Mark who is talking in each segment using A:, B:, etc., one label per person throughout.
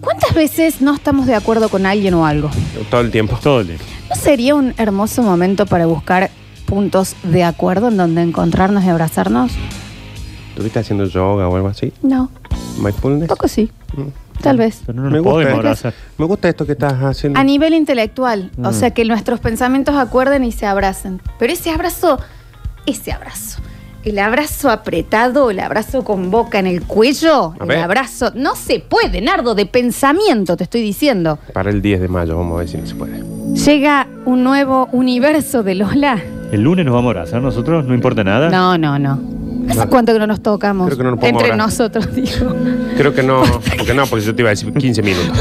A: ¿Cuántas veces no estamos de acuerdo con alguien o algo?
B: Todo el tiempo.
C: Todo el día.
A: ¿No sería un hermoso momento para buscar puntos de acuerdo en donde encontrarnos y abrazarnos?
B: ¿Estuviste haciendo yoga o algo así?
A: No, un
B: ¿Mindfulness?
A: poco sí, tal vez.
C: Pero no nos
B: ¿eh?
C: podemos abrazar.
B: me gusta esto que estás haciendo.
A: A nivel intelectual, o sea, que nuestros pensamientos acuerden y se abracen. Pero ese abrazo, ese abrazo, el abrazo apretado, el abrazo con boca en el cuello,
B: A
A: el
B: ver.
A: abrazo, no se puede, Nardo, de pensamiento, te estoy diciendo.
B: Para el 10 de mayo, vamos a ver si no se puede.
A: Llega un nuevo universo de Lola.
C: El lunes nos vamos a abrazar nosotros, no importa nada.
A: No, no, no. ¿Hace
B: ¿Eh? No.
A: cuánto que no nos tocamos?
B: Creo que no nos podemos
A: Entre
B: abrazar.
A: nosotros, digo.
B: Creo que no, porque no, porque yo te iba a decir 15 minutos.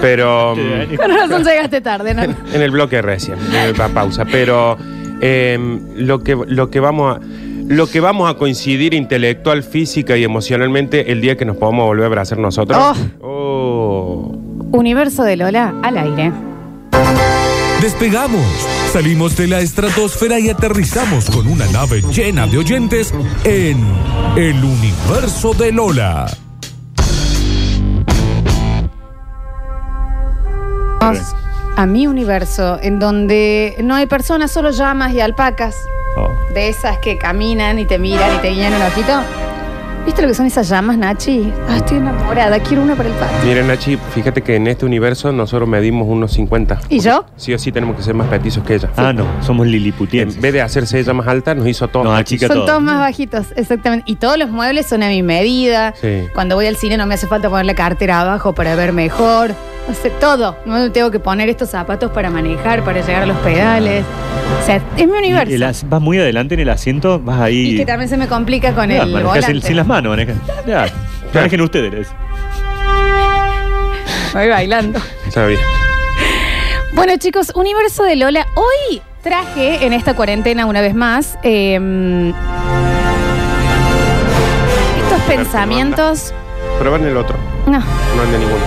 B: Pero mm,
A: Con razón llegaste tarde, ¿no?
B: en el bloque recién, eh, pa- pausa. Pero em, lo, que, lo, que vamos a, lo que vamos a coincidir intelectual, física y emocionalmente el día que nos podamos volver a abrazar nosotros. Oh.
A: Universo de Lola al aire.
D: Despegamos, salimos de la estratosfera y aterrizamos con una nave llena de oyentes en el universo de Lola.
A: Vamos a mi universo, en donde no hay personas, solo llamas y alpacas.
C: Oh.
A: De esas que caminan y te miran y te guían el ojito. ¿Viste lo que son esas llamas, Nachi? Ah, estoy enamorada, quiero una para el patio.
B: Miren, Nachi, fíjate que en este universo nosotros medimos unos 50.
A: ¿Y yo?
B: Sí o sí tenemos que ser más petizos que ella.
C: Ah, no, somos
B: En
C: liliputienses.
B: vez de hacerse ella más alta, nos hizo todo.
C: Nos achica
A: Son todos
C: todo.
A: más bajitos, exactamente. Y todos los muebles son a mi medida.
B: Sí.
A: Cuando voy al cine no me hace falta poner la cartera abajo para ver mejor. O sea, todo. No me tengo que poner estos zapatos para manejar, para llegar a los pedales. O sea, es mi universo.
C: Y el as- vas muy adelante en el asiento, vas ahí.
A: Y que también se me complica con
C: Ya,
A: el
C: manejás
A: volante.
C: sin, sin las manos, manejas. Ya, manejen ustedes. les-
A: Voy bailando.
B: Está bien.
A: Bueno, chicos, Universo de Lola. Hoy traje en esta cuarentena una vez más eh, estos pensamientos.
B: Pero van el otro,
A: No,
B: no en ninguno.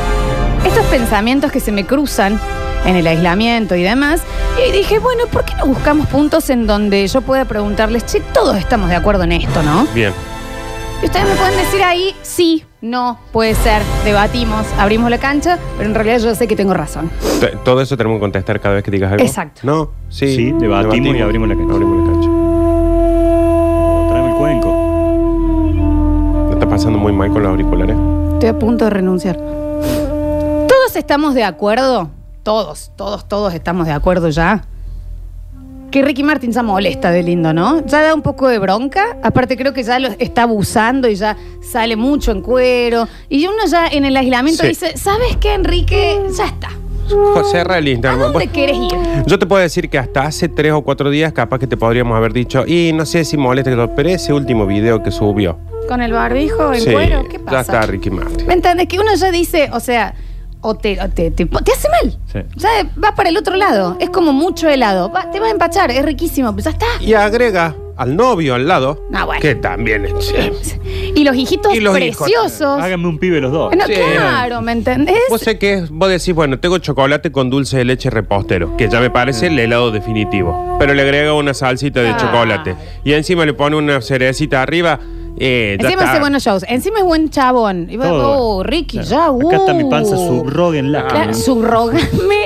A: estos pensamientos que se me cruzan en el aislamiento y demás. Y dije, bueno, ¿por qué no buscamos puntos en donde yo pueda preguntarles, che, todos estamos de acuerdo en esto, ¿no?
B: Bien.
A: Y ustedes me pueden decir ahí, sí, no, puede ser, debatimos, abrimos la cancha, pero en realidad yo sé que tengo razón.
B: T- Todo eso tenemos que contestar cada vez que digas algo.
A: Exacto.
B: No, sí.
C: Sí, debatimos y abrimos la cancha.
B: Abrimos la cancha.
C: Tráeme el cuenco.
B: ¿No está pasando muy mal con los auriculares?
A: Estoy a punto de renunciar. Todos estamos de acuerdo, todos, todos, todos estamos de acuerdo ya. Que Ricky Martin ya molesta de lindo, ¿no? Ya da un poco de bronca. Aparte creo que ya lo está abusando y ya sale mucho en cuero. Y uno ya en el aislamiento
B: Sí.
A: dice, ¿sabes qué, Enrique? Ya está.
B: José Realista.
A: ¿A dónde querés ir?
B: Yo te puedo decir que hasta hace tres o cuatro días capaz que te podríamos haber dicho, y no sé si molesta que lo pero ese último video que subió.
A: ¿Con el barbijo en
B: sí,
A: cuero? ¿Qué
B: Ya
A: pasa?
B: está Ricky Martin.
A: ¿Me entiendes? Que uno ya dice, o sea, o te, o te, te- te hace mal.
C: Sí.
A: Ya vas para el otro lado. Es como mucho helado. Va- te vas a empachar, es riquísimo, pero ya está.
B: Y agrega al novio al lado,
A: Ah, bueno.
B: que también es...
A: Y los hijitos
B: Y los hijos.
A: preciosos.
C: Háganme un pibe los dos.
A: Bueno,
B: Sí.
A: claro, ¿me entendés?
B: Vos sé que es- vos decís, bueno, tengo chocolate con dulce de leche repostero, que ya me parece el helado definitivo. Pero le agrega una salsita de
A: Ah.
B: chocolate. Y encima le pone una cerecita arriba. Eh, ya
A: Encima
B: está.
A: hace buenos shows. Encima es buen chabón. Y vos,
C: Todo.
A: oh, Ricky,
C: Claro.
A: ya, uh.
C: Acá está mi panza, subróguenla.
B: Ah.
A: Claro, subrogame,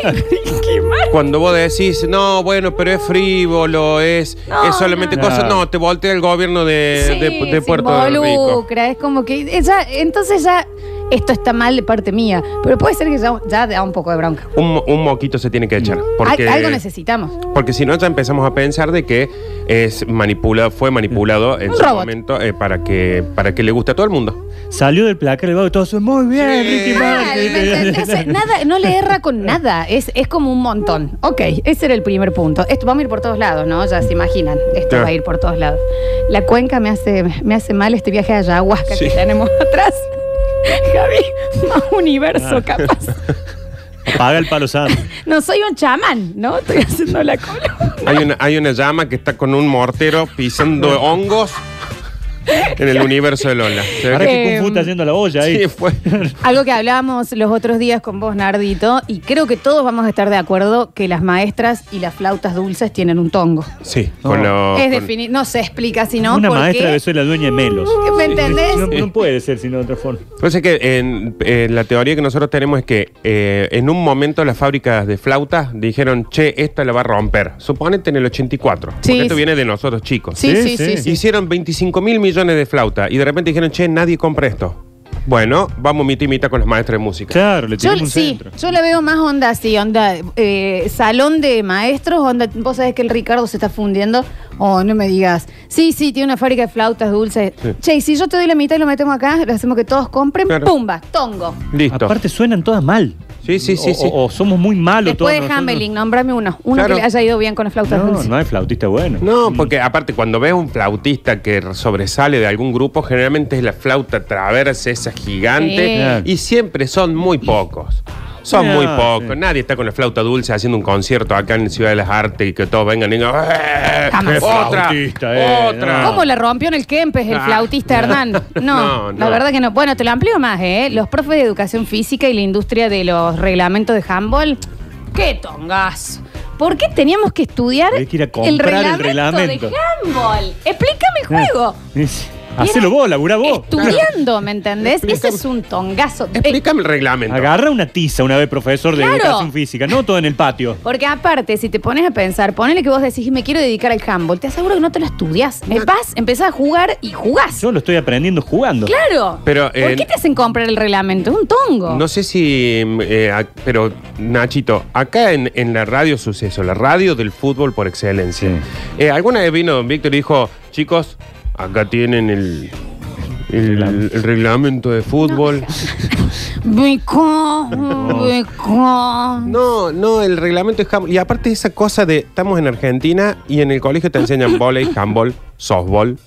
A: Ricky Martin.
B: Cuando vos decís, no, bueno, pero es frívolo, es, es solamente
C: no.
B: cosa.
C: Claro.
B: No, te voltea el gobierno Eh, de,
A: Sí,
B: de- de
A: se
B: Puerto Rico.
A: involucra, Es como que. ella- entonces ya. Esto está mal de parte mía. Pero puede ser que ya, ya da un poco de bronca.
B: Un, mo- un moquito se tiene que echar. Porque,
A: Al- Algo necesitamos.
B: porque si no, ya empezamos a pensar de que es manipulado, fue manipulado en
A: Un
B: su
A: robot.
B: momento eh, para, que, para que le guste a todo el mundo.
C: Salió del placar el vago, todos muy bien,
B: Sí.
C: Ricky
A: Mal, ¿me entendés? O sea,
C: Martin.
A: nada, no le erra con nada, es, es como un montón. Ok, ese era el primer punto. Esto vamos a ir por todos lados, ¿no? Ya se imaginan, esto
B: Claro.
A: va a ir por todos lados. La cuenca me hace, me hace mal este viaje a ayahuasca
B: Sí.
A: que tenemos atrás. Javi, más
B: Ah.
A: universo capaz.
C: Apaga el palo santo.
A: No soy un chamán, ¿no? Estoy haciendo la cola.
B: Hay una, hay una llama que está con un mortero pisando hongos en el universo de Lola. Se ve
C: Ahora
B: que-
A: Eh,
C: que Kung Fu está yendo a la olla ahí.
B: Sí, fue.
A: Algo que hablábamos los otros días con vos, Nardito, y creo que todos vamos a estar de acuerdo que las maestras y las flautas dulces tienen un tongo.
B: Sí,
C: No.
B: con lo-
A: es
B: con-
A: defini- no se explica si no.
C: Una
A: ¿por
C: maestra
A: qué?
C: debe ser la dueña de Melos.
A: ¿Me entendés?
C: No, no puede ser sino de otra forma.
B: Entonces Pues que en, en la teoría que nosotros tenemos es que eh, en un momento las fábricas de flautas dijeron, che, esta la va a romper. Suponete en el 84.
A: Sí.
B: Porque esto viene de nosotros chicos.
A: Sí, sí,
C: Sí,
A: sí,
C: sí.
A: sí.
B: Hicieron 25 mil millones de flautas y de repente dijeron, che, nadie compra esto. Bueno, vamos mitad y mitad con los maestros de música.
C: Claro, le
A: Yo,
C: tiramos un
A: sí,
C: centro.
A: yo la veo más onda así, onda eh, salón de maestros, onda, vos sabés que el Ricardo se está fundiendo, oh, no me digas, sí, sí, tiene una fábrica de flautas dulces,
B: Sí.
A: che, y si yo te doy la mitad y lo metemos acá, lo hacemos que todos compren,
B: Claro.
A: pumba, tongo.
B: Listo.
C: Aparte suenan todas mal.
B: Sí, sí, sí,
C: O-
B: sí.
C: O, o somos muy malos todos.
A: Después de
C: nosotros.
A: Hamelin, nombrame uno, uno
B: Claro.
A: que le haya ido bien con las flautas
C: No,
A: dulces.
C: no hay flautista bueno.
B: No, porque aparte cuando ves a un flautista que sobresale de algún grupo, generalmente es la flauta traversa, esa
A: Sí.
B: gigante,
C: Claro.
B: y siempre son muy pocos. Son
C: Ah,
B: muy pocos.
C: sí.
B: Nadie está con la flauta dulce haciendo un concierto acá en Ciudad de las Artes y que todos vengan y digan, "Eh,
A: Jamás.
B: otra,
C: Flautista, eh,
B: otra.
C: no.
A: ¿Cómo le rompió en el Kempes el
B: Ah.
A: flautista Hernán? No,
B: No, no.
A: la verdad que no. Bueno, te lo amplío más, ¿eh? Los profes de educación física y la industria de los reglamentos de handball, qué tongas. ¿Por qué teníamos que estudiar
C: Hay que ir a comprar
A: el
C: el
A: reglamento,
C: reglamento.
A: de handball? Explícame el juego.
C: Ah, Es- Hacelo vos, laburá vos.
A: Estudiando, ¿me entendés? Ese es un tongazo. Eh,
B: Explícame el reglamento.
C: Agarra una tiza una vez profesor de
A: Claro.
C: educación física, no todo en el patio.
A: Porque aparte, si te pones a pensar, ponele que vos decís, me quiero dedicar al handball, te aseguro que no te lo estudias. Vas, empezás a jugar y jugás.
C: Yo lo estoy aprendiendo jugando.
A: Claro.
B: Pero,
A: ¿Por
B: eh,
A: qué te hacen comprar el reglamento? Es un tongo.
B: No sé si, eh, a- pero Nachito, acá en, en la radio Suceso, la radio del fútbol por excelencia, eh, alguna vez vino Don Víctor y dijo, chicos, acá tienen el, el, el reglamento de fútbol.
A: Bico, bico.
B: No, no, el reglamento es handball. Y aparte esa cosa de, estamos en Argentina y en el colegio te enseñan volei, handball, softball,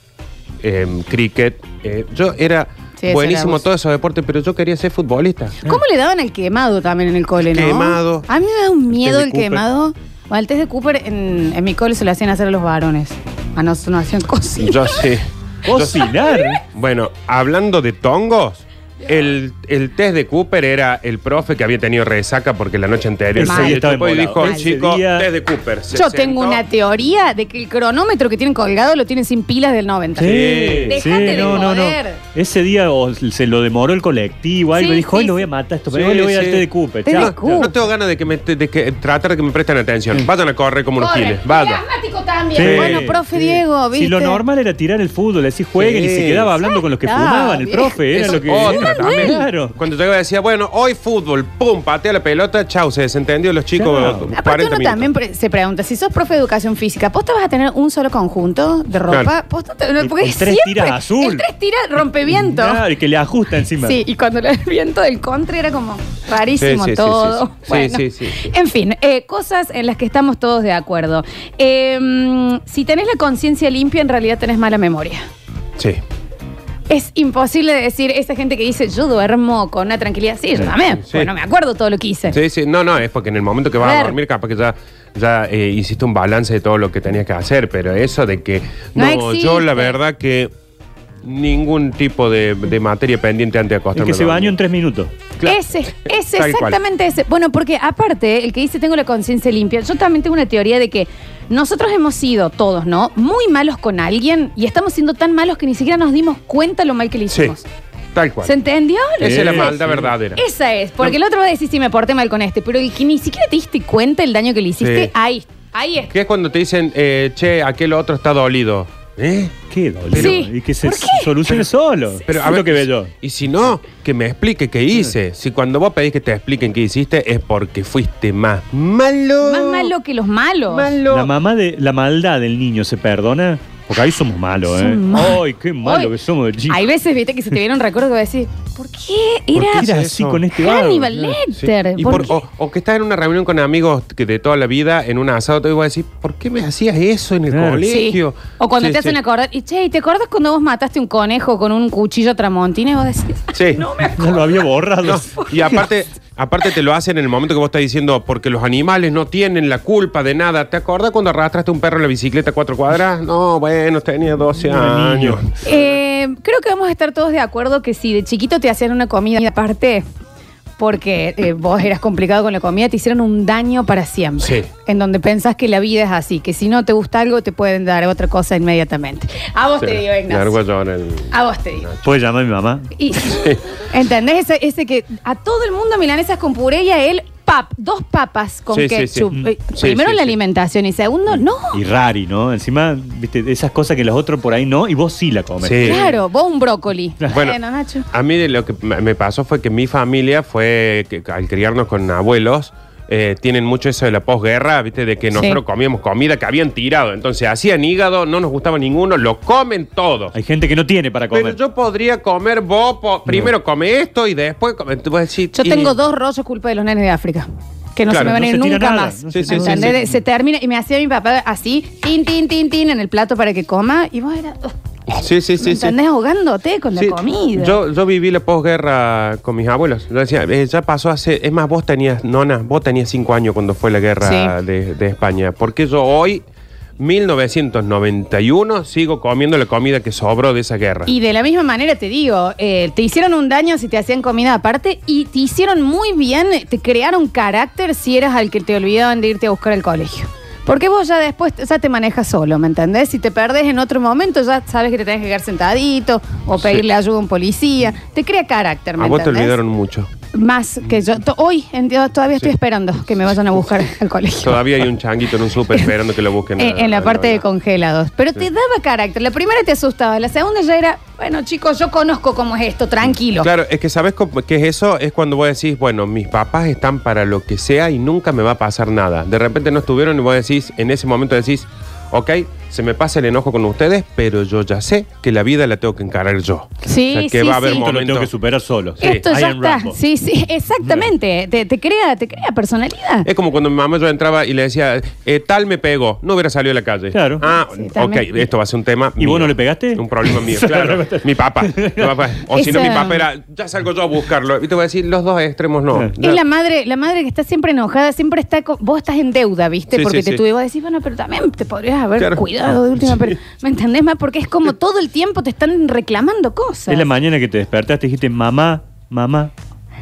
B: em, cricket. eh, yo era
A: Sí, ese era
B: buenísimo
A: vos.
B: todo esos deportes, pero yo quería ser futbolista.
A: ¿Cómo le daban al quemado también en el cole, no?
B: Quemado.
A: A mí me da un miedo
C: de
A: el,
C: Cooper.
A: quemado. Bueno, el test de Cooper en, en mi cole se lo hacían hacer a los varones. A nosotros nos hacían cocina.
B: Yo sí. Yo sí.
C: Cocinar.
B: Bueno, hablando de tongos, el, el test de Cooper era el profe que había tenido resaca porque la noche anterior
A: Ese
B: se
A: día
C: estaba
B: y dijo,
C: embolado.
B: el
C: Ese
B: chico,
C: día-
B: test de Cooper. se
A: Yo
B: sentó.
A: tengo una teoría de que el cronómetro que tienen colgado lo tienen sin pilas del 90. Dejate de joder.
C: Ese día o se lo demoró el colectivo, algo
A: Sí,
C: dijo, hoy
A: sí,
C: lo voy
A: sí.
C: a matar a esto,
B: Sí,
C: pero hoy le voy al
B: sí.
C: té de Cooper.
A: Té de
C: chao.
B: No,
A: Cooper.
B: no tengo ganas de que me de que- tratar de que me presten atención. Vayan a correr como unos
A: Corre.
B: giles.
A: Y el
B: Vayan.
A: asmático también.
C: Sí,
A: bueno, profe
C: sí.
A: Diego, ¿viste?
C: Si lo normal era tirar el fútbol, así jueguen y
B: Sí.
C: se quedaba hablando con los que
A: Exacto,
C: fumaban, el
A: bien.
C: profe, era
B: Es
C: lo que
B: otra
C: era.
B: también.
C: Claro.
B: Cuando llegaba decía, bueno, hoy fútbol, pum, patea la pelota, chau, se desentendió los chicos.
C: Chao.
B: 40
A: Aparte uno
B: minutos.
A: también pre- se pregunta, si sos profe de educación física, ¿posta vas a tener un solo conjunto de ropa?
B: Claro.
A: ¿Posta te- no,
C: El-
A: porque
C: el tres
A: siempre-
C: tiras azul.
A: El tres tiras rompeviento.
C: Claro, y que le ajusta encima.
A: Sí, y cuando era el viento del contra era como rarísimo
B: Sí, sí, sí,
A: todo.
B: sí, sí.
A: Bueno,
B: Sí, sí, sí.
A: En fin, eh, cosas en las que estamos todos de acuerdo. Eh, mm, si tenés la conciencia limpia, en realidad tenés mala memoria.
B: Sí.
A: Es imposible decir, esa gente que dice, yo duermo con una tranquilidad. Sí, yo también,
B: Sí.
A: porque no me acuerdo todo lo que hice.
B: Sí, sí, no, no, es porque en el momento que vas
A: Claro.
B: a dormir, capaz que ya, ya eh, hiciste un balance de todo lo que tenías que hacer, pero eso de que.
A: No
B: No,
A: existe.
B: yo la verdad que ningún tipo de, de materia pendiente antes de
C: El
B: acostarme.
C: que se
B: a
C: bañó
B: dormir.
C: en tres minutos.
B: Claro.
A: Ese, ese,
B: Tal cual.
A: exactamente ese. Bueno, porque aparte, el que dice tengo la conciencia limpia, yo también tengo una teoría de que nosotros hemos sido todos, ¿no? Muy malos con alguien y estamos siendo tan malos que ni siquiera nos dimos cuenta lo mal que le
B: Sí,
A: hicimos.
B: tal cual.
A: ¿Se entendió?
B: Esa es la
C: Sí,
B: maldad
C: sí.
B: verdadera.
A: Esa es, porque el otro va a decir si me porté mal con este, pero el que ni siquiera te diste cuenta el daño que le hiciste,
B: Sí.
A: ahí, ahí es.
B: Que es cuando te dicen, eh, che, aquel otro está dolido. ¿Eh?
C: Qué dolor.
A: Sí.
C: Y que se
A: ¿Por qué?
C: solucione solo.
B: Pero a
C: Es
B: ver,
C: lo que veo yo.
B: Y si no, que me explique qué hice. Si cuando vos pedís que te expliquen qué hiciste, es porque fuiste más malo.
A: Más malo que los malos.
B: Malo.
C: La mamá de la maldad del niño se perdona. Porque ahí somos malos, ¿eh?
A: Son malos.
C: Ay, qué malo
A: Ay.
C: que somos de chicos.
A: Hay veces, viste, que se te viene un recuerdo que vas a decir, ¿por qué
C: ¿Por
A: era
C: qué eras
B: eso?
C: así con este
A: Hannibal
C: vago?
B: Sí.
A: Lecter?
B: Y
A: ¿Por
B: por-
A: qué?
B: o, o que estás en una reunión con amigos que de toda la vida, en un asado, te voy a decir, ¿por qué me hacías eso en el
C: Claro.
B: colegio?
A: Sí. O cuando
B: Sí,
A: te
B: sí.
A: hacen acordar. Y che, ¿y ¿te acordás cuando vos mataste un conejo con un cuchillo tramontina? Y vos decís.
B: Sí.
C: No lo había borrado.
B: No, Y aparte, Aparte te lo hacen en el momento que vos estás diciendo, porque los animales no tienen la culpa de nada. ¿Te acordás cuando arrastraste un perro en la bicicleta a cuatro cuadras? No, bueno, tenía 12
C: Era niño.
B: años.
A: Eh, creo que vamos a estar todos de acuerdo que si de chiquito te hacían una comida aparte, porque eh, vos eras complicado con la comida, te hicieron un daño para siempre.
B: Sí.
A: En donde pensás que la vida es así, que si no te gusta algo te pueden dar otra cosa inmediatamente. A vos te digo,
B: Me
A: Ignacio.
B: argüello en el-
A: A vos te digo.
C: ¿Puede llamar a mi mamá?
A: Y, ¿Entendés? Ese, ese que a todo el mundo milanesas con puré y a él pap, dos papas con
B: Sí, sí,
A: ketchup.
B: sí.
A: Eh,
B: Sí,
A: Primero
B: sí,
A: la
B: sí.
A: alimentación y segundo, no.
C: Y rari, ¿no? Encima, viste, esas cosas que los otros por ahí no, y vos sí la comes.
B: Sí.
A: Claro, vos un brócoli.
B: eh, Bueno,
A: Nacho.
B: a mí de lo que me me pasó fue que mi familia fue, que, al criarnos con abuelos, eh, tienen mucho eso de la posguerra, ¿viste? De que
A: Sí.
B: nosotros comíamos comida que habían tirado. Entonces hacían hígado, no nos gustaba ninguno, lo comen todos.
C: Hay gente que no tiene para
B: Pero
C: comer.
B: yo podría comer bopo, primero come esto y después come. tú vas a decir,
A: Yo
B: y-
A: tengo dos rollos culpa de los nenes de África. Que no
B: Claro,
A: se me van a
C: no
A: ir
C: se tira
A: nunca
C: nada,
A: más.
C: no
B: se tira
A: ¿Entendés?
B: nada. Sí, sí,
A: Se termina. Y me hacía mi papá así, tin, tin, tin, tin, en el plato para que coma. Y vos eras, ugh,
B: Sí, sí, sí. sí.
A: ¿entendés? Ahogándote con
B: Sí,
A: la comida.
B: Yo, yo viví la posguerra con mis abuelos. Yo decía, eh, ya pasó hace. Es más, vos tenías, nona, vos tenías cinco años cuando fue la guerra
A: Sí.
B: de, de España. Porque yo hoy, 1991, sigo comiendo la comida que sobró de esa guerra.
A: Y de la misma manera te digo, eh, te hicieron un daño si te hacían comida aparte y te hicieron muy bien, te crearon carácter si eras al que te olvidaban de irte a buscar al colegio. Porque vos ya después ya te manejas solo, ¿me entendés? Si te perdés en otro momento, ya sabes que te tenés que quedar sentadito o
B: Sí.
A: pedirle ayuda a un policía. Te crea carácter, ¿me
B: a vos te
A: entendés?
B: olvidaron mucho.
A: Más que yo. to- hoy en día todavía estoy esperando que me vayan a buscar al colegio.
B: Todavía hay un changuito en un súper esperando que lo busquen.
A: Eh, En, en la parte de congelados. Pero te daba carácter. La primera te asustaba, la segunda ya era, bueno, chicos, yo conozco cómo es esto, tranquilo.
B: Claro, es que sabes cómo- qué es eso, es cuando vos decís, bueno, mis papás están para lo que sea y nunca me va a pasar nada. De repente no estuvieron y vos decís, en ese momento decís, ok, se me pasa el enojo con ustedes, pero yo ya sé que la vida la tengo que encarar yo.
A: Sí,
B: O sea, que
A: sí,
B: va a
A: sí.
B: haber
C: Esto lo tengo
B: momentos-
C: que superar solo.
B: Sí,
A: esto
C: I
A: ya
C: am
A: está.
C: Rambo.
A: Sí, sí, exactamente. Te, te crea, te crea personalidad.
B: Es como cuando mi mamá yo entraba y le decía, eh, tal me pegó, no hubiera salido a la calle.
C: Claro.
B: Ah,
A: Sí,
B: ok,
A: también.
B: esto va a ser un tema.
C: ¿Y vos no le pegaste?
B: Un problema mío, claro. mi papá. mi papá. O si no, mi
A: Esa-
B: papá era, ya salgo yo a buscarlo. Y te voy a decir, los dos extremos no.
C: Es
A: Es la madre, la madre que está siempre enojada, siempre está con, vos estás en deuda, ¿viste?
B: Sí,
A: porque
B: sí,
A: te
B: sí.
A: tuve vos decís, bueno, pero también te podrías haber
B: Claro.
A: cuidado de última, pero ¿me entendés más? Porque es como todo el tiempo te están reclamando cosas.
C: Es la mañana que te despertaste y dijiste, mamá, mamá,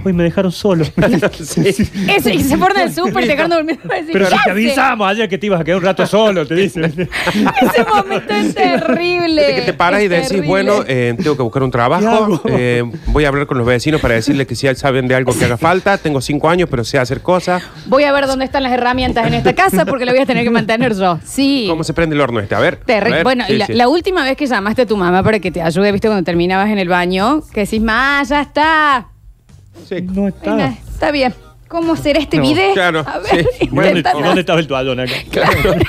C: hoy me dejaron solo.
A: Eso, y se forma el súper, te quedan dormido. y decís,
C: Pero si
A: "Ya
C: te
A: sé".
C: avisamos ayer que te ibas a quedar un rato solo, te dicen.
A: Ese momento es terrible.
B: Viste que te paras
A: Es
B: y decís,
A: terrible.
B: bueno, eh, tengo que buscar un trabajo,
C: ¿Qué hago?
B: eh, voy a hablar con los vecinos para decirles que si saben de algo que haga falta, tengo cinco años, pero sé hacer cosas.
A: Voy a ver dónde están las herramientas en esta casa porque lo voy a tener que mantener yo. Sí.
B: ¿Cómo se prende el horno este? A ver.
A: Te re-
B: a ver.
A: Bueno,
B: Sí,
A: y la,
B: sí.
A: la última vez que llamaste a tu mamá para que te ayude, viste, cuando terminabas en el baño, que decís, ma, ya está.
B: Sí.
C: No
A: Venga,
C: estaba.
A: está bien. ¿Cómo será este
C: No,
A: video?
B: claro,
A: A ver,
B: sí.
C: ¿Y ¿Dónde,
A: intentando.
C: y dónde estaba el toallón acá?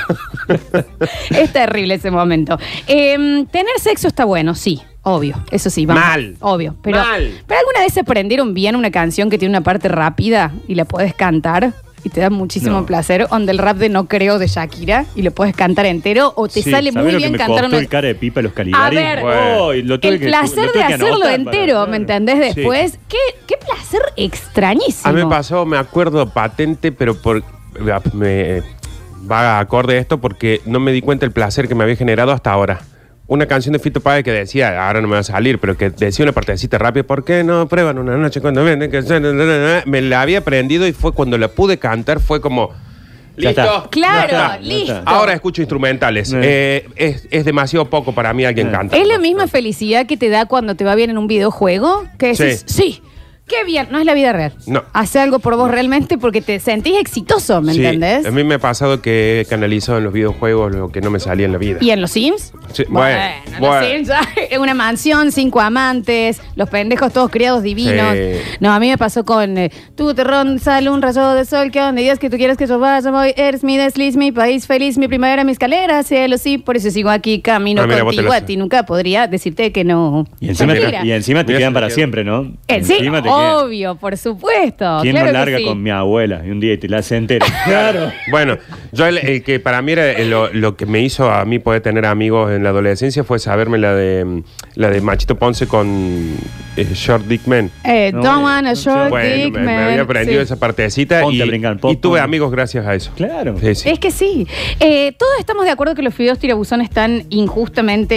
A: Es terrible ese momento. Em, tener sexo está bueno, sí. Obvio, eso sí, vamos.
B: Mal.
A: Obvio. Pero,
B: Mal.
A: ¿pero alguna vez se aprendieron bien una canción que tiene una parte rápida y la puedes cantar y te da muchísimo
C: No.
A: placer. Onda el rap de No Creo de Shakira y lo puedes cantar entero o te
C: Sí,
A: sale
C: ¿sabés
A: muy
C: lo
A: bien
C: que me
A: cantar
C: costó
A: una-
C: el cara de pipa de los Caligari?
A: A ver.
C: Bueno.
B: Ay,
C: lo tuve
A: El
C: que-
A: placer
C: lo
A: de
C: tuve que
A: hacerlo
C: anotar para-
A: entero,
C: claro.
A: ¿me entendés?
C: Sí.
A: Después, ¿Qué, qué placer extrañísimo.
B: A mí me pasó, me acuerdo patente, pero por me va acorde a esto porque no me di cuenta el placer que me había generado hasta ahora. Una canción de Fito Páez que decía, ahora no me va a salir, pero que decía una partecita rápida, ¿por qué no prueban una noche cuando vienen? Que se- na, na, na, na"? Me la había aprendido y fue cuando la pude cantar, fue como...
C: Ya
B: ¿Listo?
C: está.
A: Claro,
B: Ya está.
A: listo.
B: Ahora escucho instrumentales.
C: Eh.
B: Eh, es, es demasiado poco para mí alguien
C: Eh.
B: canta.
A: Es la misma felicidad que te da cuando te va bien en un videojuego, que decís, sí, qué bien, no es la vida real.
B: No.
A: Hace algo por vos realmente porque te sentís exitoso, ¿me
B: Sí,
A: entendés?
B: A mí me ha pasado que he canalizado en los videojuegos lo que no me salía en la vida.
A: ¿Y en los Sims?
B: Sí, bueno, bueno.
A: los Sims, ya, en una mansión, cinco amantes, los pendejos todos criados divinos.
B: Sí.
A: No, a mí me pasó con eh, tu terrón, sale un rayo de sol, que a donde digas que tú quieres que yo vaya, voy, eres mi desliz, mi país feliz, mi primavera, mi escalera, cielo, sí, por eso sigo aquí, camino
B: Ah, mira, vos te
A: contigo,
B: lo
A: a
B: sé.
A: ti nunca podría decirte que no.
C: Y encima,
A: Mentira.
C: te, y encima te
B: Mira.
C: quedan para siempre, ¿no?
A: Eh, sí,
C: encima te
A: Obvio, por supuesto.
C: ¿Quién
A: claro
C: no
A: que
C: larga
A: sí.
C: con mi abuela y un día y te la hace entera? claro.
B: Bueno, yo el, el que para mí era el- lo, lo que me hizo a mí poder tener amigos en la adolescencia fue saberme la de mm, la de Machito Ponce con eh, Short Dick Man.
A: Eh,
C: No,
A: don't wanna
C: no,
A: short
B: Bueno,
A: dick,
B: me, me
A: man.
B: había aprendido
A: Sí.
B: esa partecita
C: Ponte
B: y,
C: a brincar, pon-
B: y tuve
C: pon.
B: amigos gracias a eso.
C: Claro.
B: Sí, sí.
A: Es que sí. Eh, todos estamos de acuerdo que los fideos tirabuzón están injustamente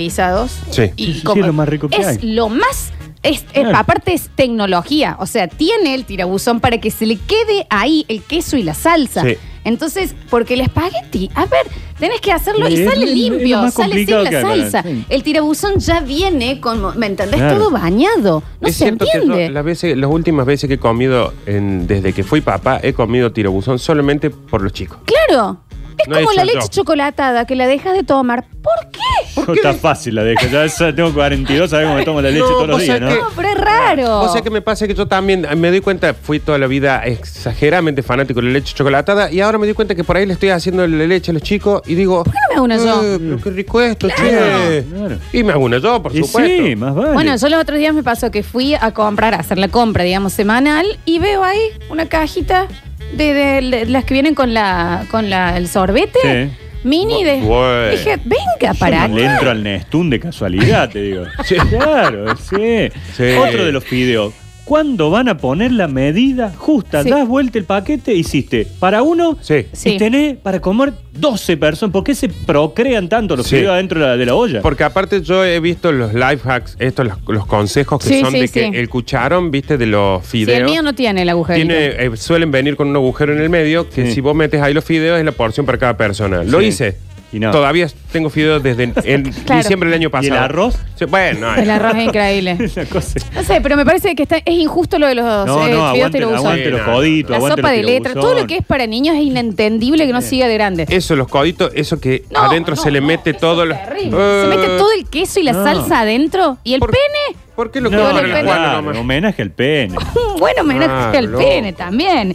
A: infantilizados.
B: Sí.
A: Y
C: Sí, sí, sí,
A: como-
C: es lo más rico que
A: es
C: hay.
A: lo más. es- es-
C: Claro.
A: Aparte es tecnología. O sea, tiene el tirabuzón para que se le quede ahí el queso y la salsa.
B: Sí.
A: Entonces, porque el espagueti, a ver, tenés que hacerlo y
C: Es-
A: sale
C: es- es lo
A: limpio,
C: más
A: sale sin
C: complicado
A: la
C: que hay,
A: salsa.
C: sí.
A: El tirabuzón ya viene con, ¿me entendés?
C: Claro.
A: Todo bañado. No
B: es
A: se
B: cierto
A: entiende.
B: que yo las, veces, las últimas veces que he comido, en- desde que fui papá, he comido tirabuzón solamente por los chicos.
A: Claro. Es
B: No
A: como
B: hice
A: la
B: yo.
A: leche chocolatada que la dejas de tomar. ¿Por qué?
C: No está fácil la deja. Ya esa- tengo 42, sabes cómo me tomo la leche
B: No,
C: todos los
B: vos
C: días, ¿no?
B: sabés
A: No, pero es raro.
B: O sea que me pasa que yo también eh, me doy cuenta, fui toda la vida exageradamente fanático de la leche chocolatada y ahora me doy cuenta que por ahí le estoy haciendo la leche a los chicos y digo,
A: ¿Por qué no me hago una yo?
B: "Eh, pero qué rico esto, che.
C: Claro.
B: Y me hago una yo, por
C: Y
B: supuesto.
C: sí, más vale.
A: Bueno, yo los otros días me pasó que fui a comprar, a hacer la compra, digamos, semanal, y veo ahí una cajita de, de- de las que vienen con la con la, el sorbete. Mini de.
B: Bueno.
A: Dije, venga,
C: Yo
A: para
C: no le
A: acá.
C: entro al Nestún de casualidad, te digo.
B: Sí.
C: Claro, sí.
B: Sí.
C: Otro de los videos. ¿Cuándo van a poner la medida justa?
A: Sí.
C: Das vuelta el paquete, hiciste para uno
B: Sí.
A: Sí.
C: y tenés para comer 12 personas. ¿Por qué se procrean tanto los
B: Sí.
C: fideos adentro de la, de la olla?
B: Porque aparte yo he visto los life hacks, estos los, los consejos que
A: Sí,
B: son
A: sí,
B: de
A: sí.
B: que el cucharón, viste, de los
A: Si
B: fideos.
A: el mío no tiene el agujerito.
B: Tiene, eh, suelen venir con un agujero en el medio que
C: Sí.
B: si vos metes ahí los fideos es la porción para cada persona. Lo
C: Sí.
B: hice.
C: Y no.
B: Todavía tengo fideos desde en
A: Claro.
B: diciembre del año pasado.
C: el arroz?
B: Sí, bueno,
A: El
B: eh,
A: arroz es increíble.
C: Una cosa-
A: No sé, pero me parece que está, es injusto lo de los
C: No,
A: eh,
C: no,
A: fideos
C: aguante,
A: tirabuzón.
C: aguante los
B: Sí, no,
C: coditos.
A: La
C: aguante
A: sopa
C: los
A: de letras, todo lo que es para niños es inentendible que no siga de grande.
B: eso, los coditos, eso que
A: No,
B: adentro
A: no,
B: se le
A: no,
B: mete
A: eso
B: todo.
A: es
B: lo-
A: terrible.
B: Eh,
A: Se mete todo el queso y la
C: No.
A: salsa adentro. ¿Y el
B: ¿Por-
A: pene? Mm,
B: ¿Por qué lo
C: No,
B: que
A: el
B: van
A: pene.
B: en
C: claro,
B: nomás?
C: homenaje al pene.
A: Un buen homenaje al
B: Claro.
A: pene también.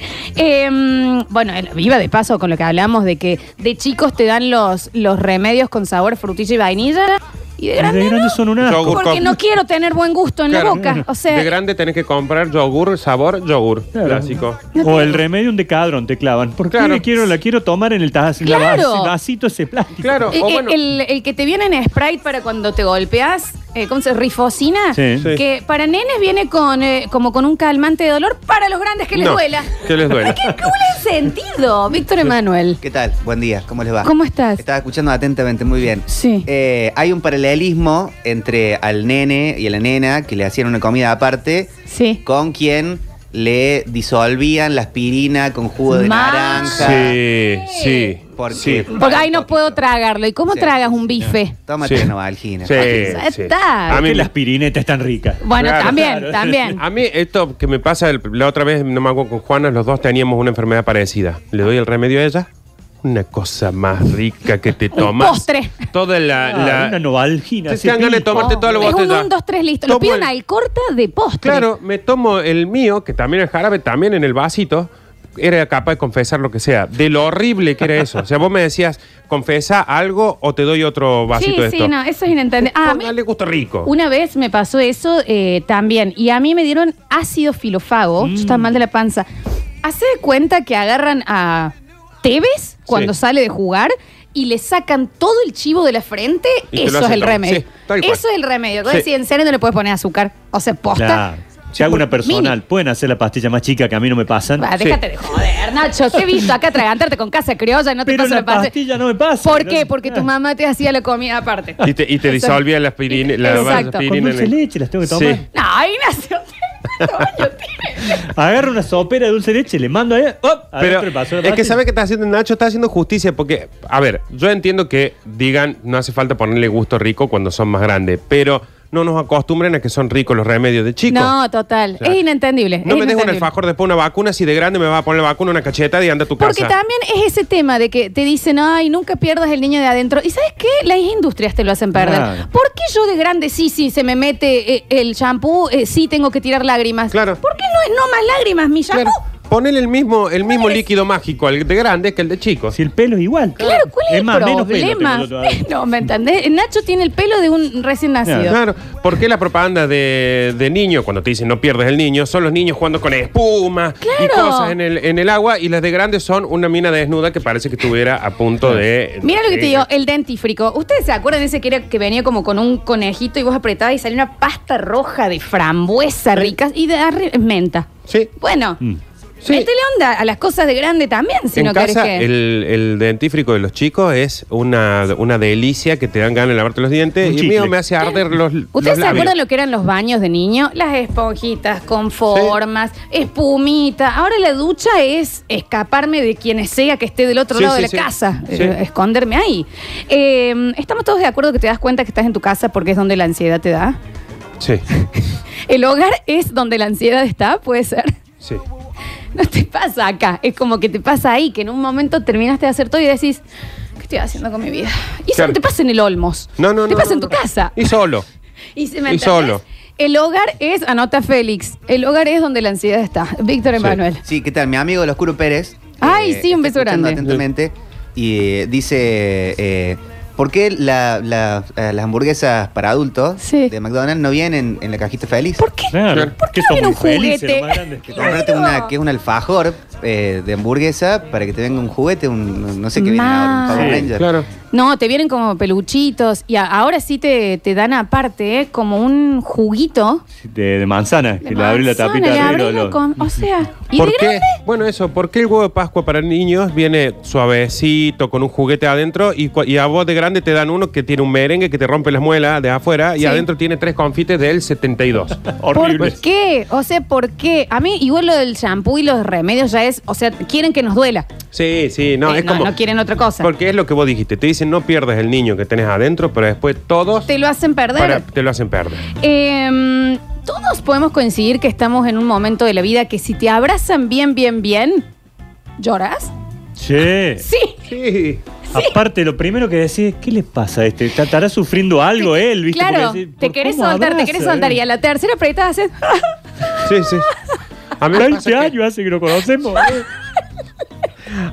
A: Eh, bueno, el- iba de paso con lo que hablamos de que de chicos te dan los, los remedios con sabor frutilla y vainilla. Y de
C: Los
A: grande,
C: de grandes
A: no.
C: son un asco.
B: Yogur.
A: Porque
B: con-
A: no quiero tener buen gusto en
B: Claro.
A: la boca. O sea,
B: de grande tenés que comprar yogur, sabor, yogur.
C: Claro.
B: Clásico.
C: O el remedium de cadrón te clavan. ¿Por qué
B: Claro.
C: le quiero, la quiero tomar en el taz- la
A: Claro.
C: vas- vasito ese plástico?
B: Claro,
A: eh,
B: o
A: eh,
B: bueno.
A: el, el que te viene en Sprite para cuando te golpeas, eh, ¿cómo se Rifocina.
C: Sí.
B: Sí.
A: Que para nenes viene con eh, como con un calmante de dolor para los grandes que les
B: No,
A: duela.
B: que les duela.
A: ¿Qué, qué buen sentido, Víctor Emanuel?
E: ¿Qué tal? Buen día, ¿cómo les va?
A: ¿Cómo estás?
E: Estaba escuchando atentamente, muy bien.
A: Sí.
E: Eh, hay un paralelismo entre al nene y a la nena que le hacían una comida aparte
A: Sí.
E: con quien le disolvían la aspirina con jugo de
A: Mal.
E: naranja.
B: Sí, sí.
E: Porque
B: sí.
A: Porque ahí no puedo tragarlo. ¿Y cómo
E: Sí.
A: tragas un bife?
E: Tómate
B: Sí.
E: una valgina.
B: Sí,
A: Ya
B: sí.
A: está.
B: A
C: Es
B: mí
C: que
B: me-
C: las pirinetas están ricas.
A: Bueno,
B: Claro,
A: también,
C: claro.
A: también.
B: A mí esto que me pasa el- la otra vez, no me acuerdo con Juana, los dos teníamos una enfermedad parecida. Le doy el remedio a ella. Una cosa más rica que te tomas.
A: postre.
B: Toda la. la-
C: Ah, una novalgina.
B: Te
C: así,
B: dan ganas de
C: pico.
B: tomarte todo lo
A: es un
B: botella.
A: 1, 2, 3, listo. Lo
B: Tomo
A: piden
B: el-
A: al corta de postre.
B: Claro, me tomo el mío, que también es jarabe, también en el vasito. Era capaz de confesar lo que sea, de lo horrible que era eso. O sea, vos me decías, confesa algo o te doy otro
A: Sí,
B: vasito de
A: sí,
B: esto.
A: no, eso es inentendible. Ah, a mí
B: Póngale gusto rico.
A: una vez me pasó eso eh, también. Y a mí me dieron ácido filofago. Yo
B: Mm.
A: estaba mal de la panza. Hace de cuenta que agarran a Tevez cuando
B: Sí.
A: sale de jugar y le sacan todo el chivo de la frente.
B: Y te lo
A: Eso es
B: hacen
A: el
B: tomar.
A: remedio.
B: Sí, tal cual.
A: eso es el remedio. Vos
B: Sí.
A: decís, en serio no le puedes poner azúcar. O sea, posta.
C: Claro. Si hago una personal,
A: Mini.
C: ¿pueden hacer la pastilla más chica que a mí no me pasan?
A: Va,
B: Sí.
A: déjate de joder, Nacho. Te he visto acá tragantarte con casa criolla y no te
C: Pero
A: pasa
C: la
A: la parte.
C: pastilla no me pasa.
A: ¿Por
C: No-
A: qué? Porque tu
C: Ah.
A: mamá te hacía la comida aparte.
B: Y te, y te disolvía la aspirina. La
A: Exacto.
B: aspirina
C: Con dulce
B: en el-
C: leche las tengo que tomar.
B: Sí.
A: No, ahí nació. ¿Cuántos años tiene?
C: Agarro una sopera de dulce leche, le mando allá. ¡op!
B: Pero
C: Adentro le paso la
B: es que
C: pastilla.
B: sabe que está haciendo Nacho, está haciendo justicia porque, a ver, yo entiendo que digan, no hace falta ponerle gusto rico cuando son más grandes, pero no nos acostumbren a que son ricos los remedios de chicos. No,
A: No, total.
B: Claro.
A: Es inentendible. es
B: me dejes un
A: inentendible.
B: alfajor después una vacuna, si de grande me va a poner la vacuna, una cachetada y anda a tu
A: Porque
B: casa.
A: también es ese tema de que te dicen, ay, nunca pierdas el niño de adentro. ¿Y sabes qué? Las industrias te lo hacen perder.
C: Claro.
A: ¿Por qué yo de grande sí, sí, se me mete eh, el shampoo, eh, sí tengo que tirar lágrimas?
B: Claro.
A: ¿Por qué no es no más lágrimas mi shampoo?
B: Claro. Ponele el mismo, el mismo líquido mágico al de grande que el de chico.
C: Si el pelo es igual.
A: Claro, ¿cuál es, el
C: más, menos pelo
A: problema?
C: tengo yo todavía.
A: no, ¿me entendés? Nacho tiene el pelo de un recién nacido.
B: Claro, porque la propaganda de, de niño, cuando te dicen no pierdes el niño, son los niños jugando con espuma y
A: Claro.
B: cosas en el, en el agua, y las de grandes son una mina desnuda que parece que estuviera a punto de.
A: Mira lo que te digo, eh, el dentífrico. ¿Ustedes se acuerdan de ese que, era, que venía como con un conejito y vos apretabas y salía una pasta roja de frambuesa rica y de arri- menta?
B: Sí.
A: Bueno,
C: Mm.
B: Sí.
A: métele onda a las cosas de grande también, si no
B: en
A: querés
B: casa,
A: que...
B: el, el dentífrico de los chicos es una, una delicia que te dan ganas de lavarte los dientes. y
C: Un
B: el mío
C: chicle.
B: me hace arder los.
A: ¿Ustedes se acuerdan
B: acuerdan?
A: lo que eran los baños de niño? Las esponjitas con formas, espumita. Ahora la ducha es escaparme de quienes sea que esté del otro
B: Sí,
A: lado
B: sí,
A: de la
B: sí.
A: casa,
B: Sí.
A: eh, esconderme ahí. Eh, ¿Estamos todos de acuerdo que te das cuenta que estás en tu casa porque es donde la ansiedad te da?
B: Sí,
A: ¿El hogar es donde la ansiedad está? Puede ser.
B: sí.
A: No te pasa acá, es como que te pasa ahí, que en un momento terminaste de hacer todo y decís, ¿qué estoy haciendo con mi vida? Y eso
B: Claro.
A: no te pasa en el Olmos.
B: No, no, no.
A: Te pasa
B: no,
A: en tu
B: no.
A: casa.
B: Y solo.
A: Y, se me
B: Y
A: entendés?
B: solo.
A: El hogar es, anota Félix, el hogar es donde la ansiedad está. Víctor Emanuel.
E: Sí, ¿qué tal? Mi amigo del Oscuro Pérez. eh,
A: Ay, sí, un beso
E: está escuchando
A: grande.
E: atentamente. Y eh, dice, eh, ¿por qué la- la- eh, las hamburguesas para adultos
A: Sí.
E: de McDonald's no vienen en la cajita feliz?
A: ¿Por qué?
C: Claro.
A: ¿Por qué
C: Que
A: no
C: son
A: viene
C: muy
A: un
C: felices,
A: juguete?
C: los más grandes que-
E: Que comprarte una, que es un alfajor eh, de hamburguesa para que te venga un juguete, un no sé qué viene ahora, un
A: Ma.
E: Power
C: Sí,
E: Ranger.
B: Claro.
A: No, te vienen como peluchitos y a- ahora sí te, te dan aparte ¿eh? como un juguito.
C: De, de manzana, que
A: de
C: le abrí la
A: manzana,
C: tapita
A: le
C: arriba.
A: abrís la
C: lo-
A: con- O sea, ¿y de
B: ¿Por qué?
A: grande?
B: Bueno, eso, ¿por qué el huevo de Pascua para niños viene suavecito, con un juguete adentro, y, cua- y a vos de grande te dan uno que tiene un merengue que te rompe las muelas de afuera,
A: Sí.
B: y adentro tiene tres confites del 72?
C: Horrible.
A: ¿Por qué? O sea, ¿por qué? A mí igual lo del shampoo y los remedios ya es, o sea, quieren que nos duela.
B: sí, sí, no,
A: Eh,
B: es como...
A: no quieren otra cosa.
B: Porque es lo que vos dijiste, te dicen no pierdas el niño que tenés adentro, pero después todos
A: Te lo hacen perder.
B: para- te lo hacen perder.
A: Em, Todos podemos coincidir que estamos en un momento de la vida que si te abrazan bien, bien, bien, ¿lloras?
C: Che.
A: Sí.
B: Sí.
C: Aparte, lo primero que decís es, ¿qué le pasa a este? ¿Est- ¿Estará sufriendo algo él? ¿viste?
A: Claro,
C: Porque decís,
A: te
C: ¿por
A: querés
C: cómo
A: soltar, te
C: abraza,
A: querés soltar.
C: eh?
A: Y a la tercera apretada haces.
B: Sí, sí. A mí, me
C: 20
B: pasa que,
C: años hace que lo conocemos. eh.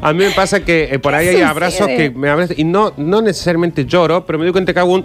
B: a mí me pasa que eh, por ahí hay
A: sucede?
B: abrazos que me abrazan y no, no necesariamente lloro, pero me doy cuenta que hago un...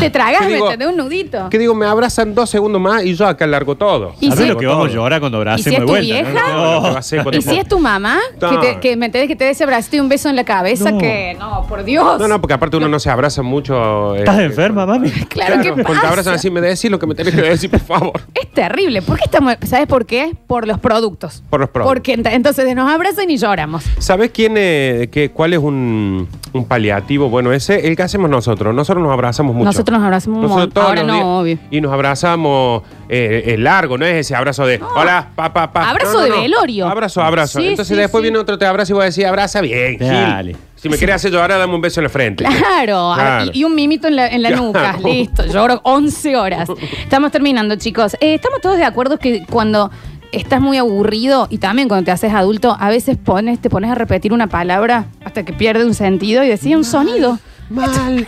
A: te tragas,
B: Sí,
A: ¿me
B: digo,
A: entendés? Un nudito.
B: Que digo, me abrazan dos segundos más y yo acá largo todo.
A: Y si-
B: Largo
C: ¿Sabés lo que vamos a llorar cuando
A: ¿Y si
C: abracemos
A: es
C: de
A: tu
C: vuelta? no?
A: vieja?
C: No.
B: Lo que va a hacer cuando-
A: Y si es tu mamá, que, te- que, me entendés que te dé ese abracito y un beso en la cabeza,
C: No.
A: que no, por Dios.
B: No, no, porque aparte uno no se abraza mucho. eh,
C: ¿Estás
B: eh,
C: enferma, mami?
A: Claro, ¿qué
B: cuando te
A: pasa?
B: abrazan así, me decís lo que me tenés que decir, por favor.
A: Es terrible. ¿Por qué estamos.? ¿Sabes por qué? Por los productos.
B: Por los productos.
A: Porque ent- entonces nos abrazan y lloramos.
B: ¿Sabés quién, eh, qué- cuál es un, un paliativo? Bueno, ese, el que hacemos nosotros. Nosotros nos abrazamos mucho.
A: Nosotros nos abrazamos un
B: Nosotros
A: montón.
B: todos
A: Ahora
B: los
A: no,
B: días-
A: obvio.
B: Y nos abrazamos eh, eh, largo, no es ese abrazo de hola, papá, papá.
A: Abrazo de velorio.
B: Abrazo, abrazo.
A: Sí,
B: Entonces
A: sí,
B: después
A: sí.
B: viene otro, te abraza y vos decís, abraza bien, Gil.
C: Dale.
B: Si me querés hacer llorar, dame un beso en la frente.
A: Claro, a-
B: Claro.
A: Y, y un mimito en la, en la
B: Claro.
A: nuca, listo, lloro 11 horas. Estamos terminando, chicos. Eh, estamos todos de acuerdo que cuando estás muy aburrido y también cuando te haces adulto, a veces pones, te pones a repetir una palabra hasta que pierde un sentido y decís un sonido.
B: Mal.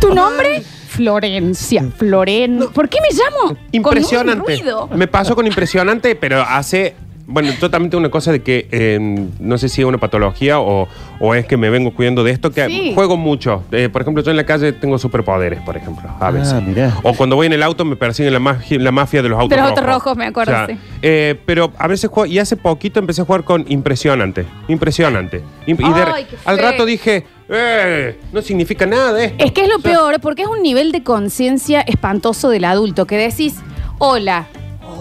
A: ¿Tu nombre? Florencia, Floren. ¿Por qué me llamo? Con un
B: Impresionante.
A: ruido.
B: Me pasó con impresionante, pero hace. Bueno, totalmente una cosa de que eh, no sé si es una patología o, o es que me vengo cuidando de esto, que
A: Sí.
B: juego mucho. Eh, por ejemplo, yo en la calle tengo superpoderes, por ejemplo, a
C: Ah,
B: veces.
C: mirá.
B: O cuando voy en el auto me persiguen la, magi- la mafia de los autos
A: De los
B: rojos.
A: autos rojos, me acuerdo, sí.
B: eh, pero a veces juego, y hace poquito empecé a jugar con impresionante, impresionante. Im- y de-
A: Ay, qué
B: al
A: feo.
B: rato dije, eh, no significa nada esto.
A: Es que es lo peor porque es un nivel de conciencia espantoso del adulto que decís, hola,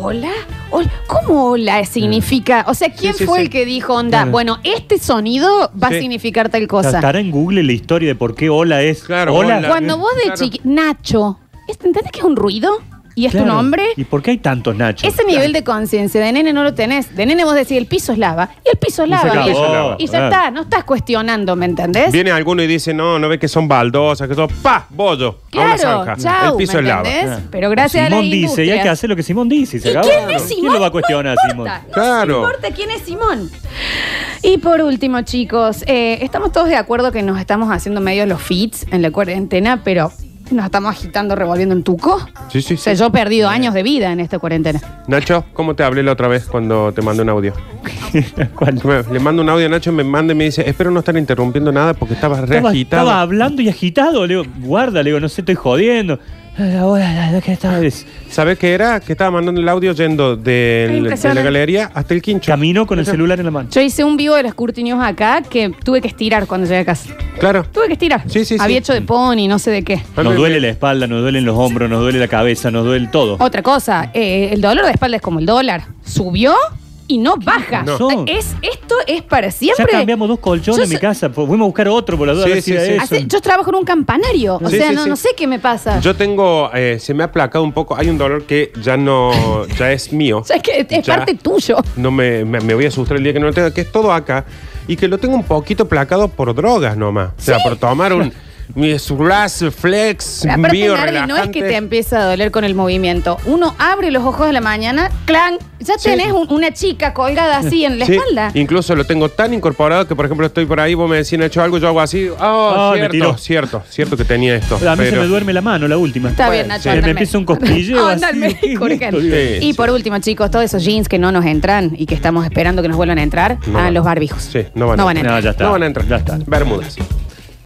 A: hola, hola, ¿cómo hola significa? O sea, ¿quién
B: Sí, sí,
A: fue
B: sí.
A: el que dijo, onda,
C: Claro.
A: bueno, este sonido va a
B: Sí.
A: significar tal
C: O sea,
A: cosa?
C: Estará en Google la historia de por qué Ola es.
B: Claro, Ola.
A: Cuando vos de
B: Claro.
A: chiqui, Nacho, ¿es- ¿entendés que es un ruido? ¿Y es
C: Claro.
A: tu nombre?
C: ¿Y por qué hay tantos Nachos?
A: Ese nivel de conciencia de nene no lo tenés. De nene vos decís, el piso es lava. Y el piso es
C: se
A: lava.
C: acabó,
A: viejo. Y ya
C: claro.
A: está, no estás cuestionando, ¿me entendés?
B: Viene alguno y dice, no, no ve que son baldosas, que son pa, bollo, a una
A: Claro,
B: zanja.
A: chau,
B: el piso es
A: ¿me
B: lava.
A: entendés?
C: Claro.
A: Pero gracias a la
C: Ah. Simón dice, y hay que hacer lo que Simón dice. y se
A: ¿Y
C: acabó.
A: quién es Simón?
C: ¿Quién lo va a cuestionar a Simón?
A: importa,
B: Claro.
A: No se importa quién es Simón. Y por último, chicos, eh, estamos todos de acuerdo que nos estamos haciendo medio los fits en la cuarentena, pero Nos estamos agitando, revolviendo en tuco.
B: Sí, sí,
A: O sea,
B: sí.
A: yo he perdido años de vida en esta cuarentena.
B: Nacho, ¿cómo te hablé la otra vez cuando te mandé un audio?
C: ¿Cuál?
B: Me- Le mando un audio a Nacho, me manda y me dice, espero no estar interrumpiendo nada porque estabas re
C: Estaba,
B: agitado.
C: estaba hablando y agitado. Le digo, guarda, le digo, no sé, estoy jodiendo. Ay, Ahora, la- que estaba des-
B: ¿Sabes qué era? Que estaba mandando el audio yendo del- de, la
A: Impresionante.
B: galería hasta el quincho.
C: Camino con el celular en la mano.
A: Yo hice un vivo de las Curti News acá que tuve que estirar cuando llegué a casa.
B: Claro.
A: Tuve que estirar.
B: Sí, sí, sí.
A: Había hecho de pony, no sé de qué.
C: Nos duele la espalda, nos duelen los hombros, nos duele la cabeza, nos duele todo.
A: Otra cosa, eh, el dolor de espalda es como el dólar. Subió y no baja.
C: No.
A: Es, esto es para
C: Ya
A: siempre.
C: cambiamos dos colchones
A: Yo
C: en mi
A: so-
C: casa. Fu- Fuimos a buscar otro por la duda.
B: Sí,
C: a ver si
B: sí,
C: era
B: sí.
C: eso.
A: Hace- yo trabajo en un campanario. O
B: Sí,
A: sea,
B: sí,
A: no,
B: sí.
A: no sé qué me pasa.
B: Yo tengo, eh, se me ha aplacado un poco, hay un dolor que ya no, ya es mío.
A: o sea, es que es
B: Ya
A: parte tuyo.
B: No me, me- me voy a asustar el día que no lo tenga, que es todo acá. Y que lo tengo un poquito aplacado por drogas nomás. O sea, por tomar un mi Surras Flex,
A: Ah, Pero aparte,
B: bio
A: Nardi, no es que te empieza a doler con el movimiento. Uno abre los ojos de la mañana, clan, ya
B: Sí.
A: tenés un- una chica colgada así en la
B: Sí,
A: espalda.
B: Incluso lo tengo tan incorporado que, por ejemplo, estoy por ahí, vos me decís, hecho algo, yo hago así. Oh,
C: Ah, me
B: cierto,
C: tiró.
B: cierto, cierto que tenía esto.
C: A mí se
B: pero-
C: me duerme la mano, la última.
A: Está bien, Nacho.
B: sí.
A: anda
C: Me
A: al
C: empieza un
A: médico.
C: cosquilleo
A: Anda al
C: así.
A: médico, urgente.
B: Sí,
A: Y
B: sí.
A: por último, chicos, todos esos jeans que no nos entran y que estamos esperando que nos vuelvan a entrar, a
B: No van.
A: Ah, los barbijos.
B: Sí, no van a
A: no van a
B: entrar.
A: entrar.
C: No, ya está.
B: No van a entrar.
C: Ya está.
B: Bermudas.